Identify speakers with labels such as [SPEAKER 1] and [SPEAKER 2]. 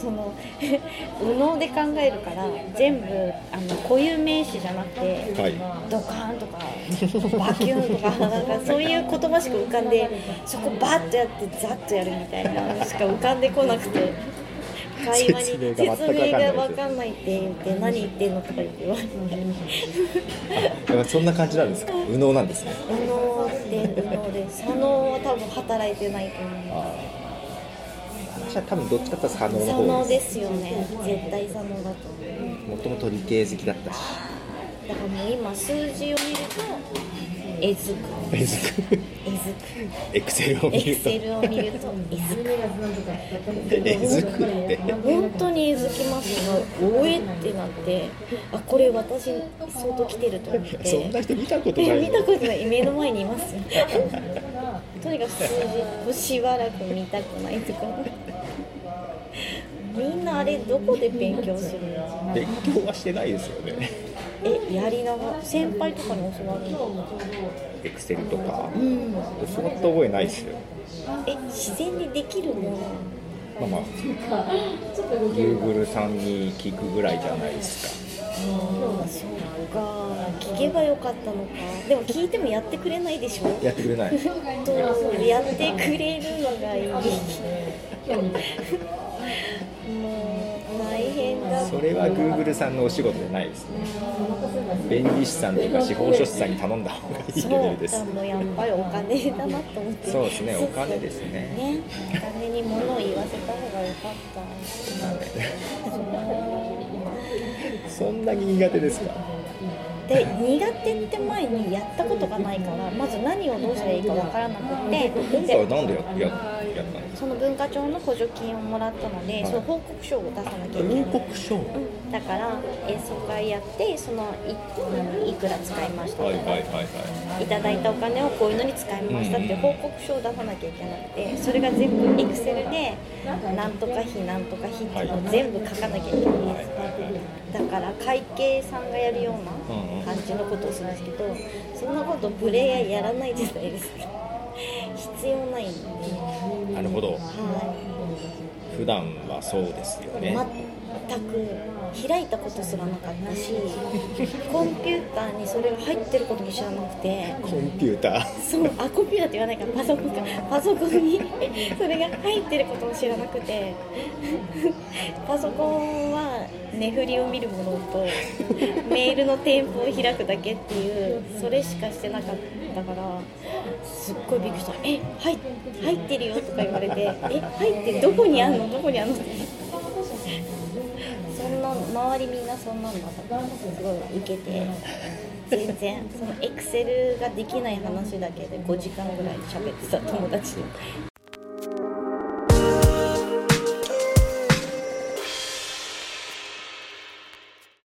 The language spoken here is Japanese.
[SPEAKER 1] その 右脳で考えるから全部あの固有名詞じゃなくて
[SPEAKER 2] はい
[SPEAKER 1] ドカーンとかバキューンとか なんかそういう言葉しか浮かんでそこバッとやってザッとやるみたいなのしか浮かんでこなくて会話に
[SPEAKER 2] 説明が
[SPEAKER 1] 説
[SPEAKER 2] 全くわかんない
[SPEAKER 1] 明が分かんないって言って何言ってんのとか言って言われて
[SPEAKER 2] だからそんな感じなんですか右脳なんですね
[SPEAKER 1] 右脳で右脳で左脳は多分働いてないと思う。
[SPEAKER 2] ああ私は多分どっちかっていうと左脳の
[SPEAKER 1] 左
[SPEAKER 2] 方
[SPEAKER 1] 脳
[SPEAKER 2] で
[SPEAKER 1] ですよね絶対左脳だと思う
[SPEAKER 2] すもともと理系好きだっ たし
[SPEAKER 1] だからもう今数字を見るとえずく
[SPEAKER 2] エズ
[SPEAKER 1] え
[SPEAKER 2] エクセルを
[SPEAKER 1] ずくエ
[SPEAKER 2] 見
[SPEAKER 1] ク
[SPEAKER 2] ると
[SPEAKER 1] セルを見るとえずく
[SPEAKER 2] えずくって
[SPEAKER 1] 本当にえずきますがおえってなってあこれ私相当来てると思っ
[SPEAKER 2] そんな
[SPEAKER 1] て
[SPEAKER 2] 人見たことな
[SPEAKER 1] え
[SPEAKER 2] い
[SPEAKER 1] 見たことない目の前にいますよとにかく数字をしばらく見たくないとかみんなあれどこで勉強するの
[SPEAKER 2] 勉強はしてないですよね
[SPEAKER 1] えやりながら先輩とかに教わるの
[SPEAKER 2] エクセルとか
[SPEAKER 1] うん
[SPEAKER 2] 教わった覚えないですよ
[SPEAKER 1] え自然にできるもの
[SPEAKER 2] まあまあ Google さんに聞くぐらいじゃないですか
[SPEAKER 1] そうか聞けばよかったのかでも聞いてもやってくれないでしょ
[SPEAKER 2] やってくれない
[SPEAKER 1] とやってくれるのがいいもう大変だ
[SPEAKER 2] それは Google さんのお仕事じゃないですね弁理士さんとか司法書士さんに頼んだ方がいいレベルです
[SPEAKER 1] そうだもうやっぱりお金だなと思って
[SPEAKER 2] そうですねお金ですね
[SPEAKER 1] ねお金に物を言わせた方がよかった
[SPEAKER 2] そんなに苦手ですか
[SPEAKER 1] で苦手って前にやったことがないからまず何をどうしたらいいかわからなくって
[SPEAKER 2] 今回はなんでやややったんです
[SPEAKER 1] そ
[SPEAKER 2] か
[SPEAKER 1] の文化庁の補助金をもらったので、
[SPEAKER 2] はい
[SPEAKER 1] その報告書を出さなきゃいけない
[SPEAKER 2] 報告書
[SPEAKER 1] うんだから演奏会やってそのいいくら使いましたと
[SPEAKER 2] は
[SPEAKER 1] か、
[SPEAKER 2] い
[SPEAKER 1] い
[SPEAKER 2] はいはいはい
[SPEAKER 1] ただいたお金をこういうのに使いましたって
[SPEAKER 2] うん
[SPEAKER 1] 報告書を出さなきゃいけなくてそれが全部エクセルでなんとか費なんとか費っていうのを全部書かなきゃいけないんですだから会計さんがやるような感じのことをするんですけどそんなことブレややらないじゃないですか 必要ないんで、
[SPEAKER 2] なるほ
[SPEAKER 1] は
[SPEAKER 2] ど
[SPEAKER 1] い
[SPEAKER 2] 普段はそうですよね
[SPEAKER 1] 全く開いたことすらなかったしコンピューターにそれが入ってることも知らなくて
[SPEAKER 2] コンピューター
[SPEAKER 1] そうあコンピューターって言わないからパソコンかパソコンに それが入ってることも知らなくて パソコンは値振りを見るものとメールの添付を開くだけっていうそれしかしてなかったからすっごいびっくりした「え入っ入ってるよ」とか言われて「え入ってどこにあんのどこにあんの?」そんな周りみんなそんなんだったからすごい受けて全然そのエクセルができない話だけで5時間ぐらい喋ってた友達と。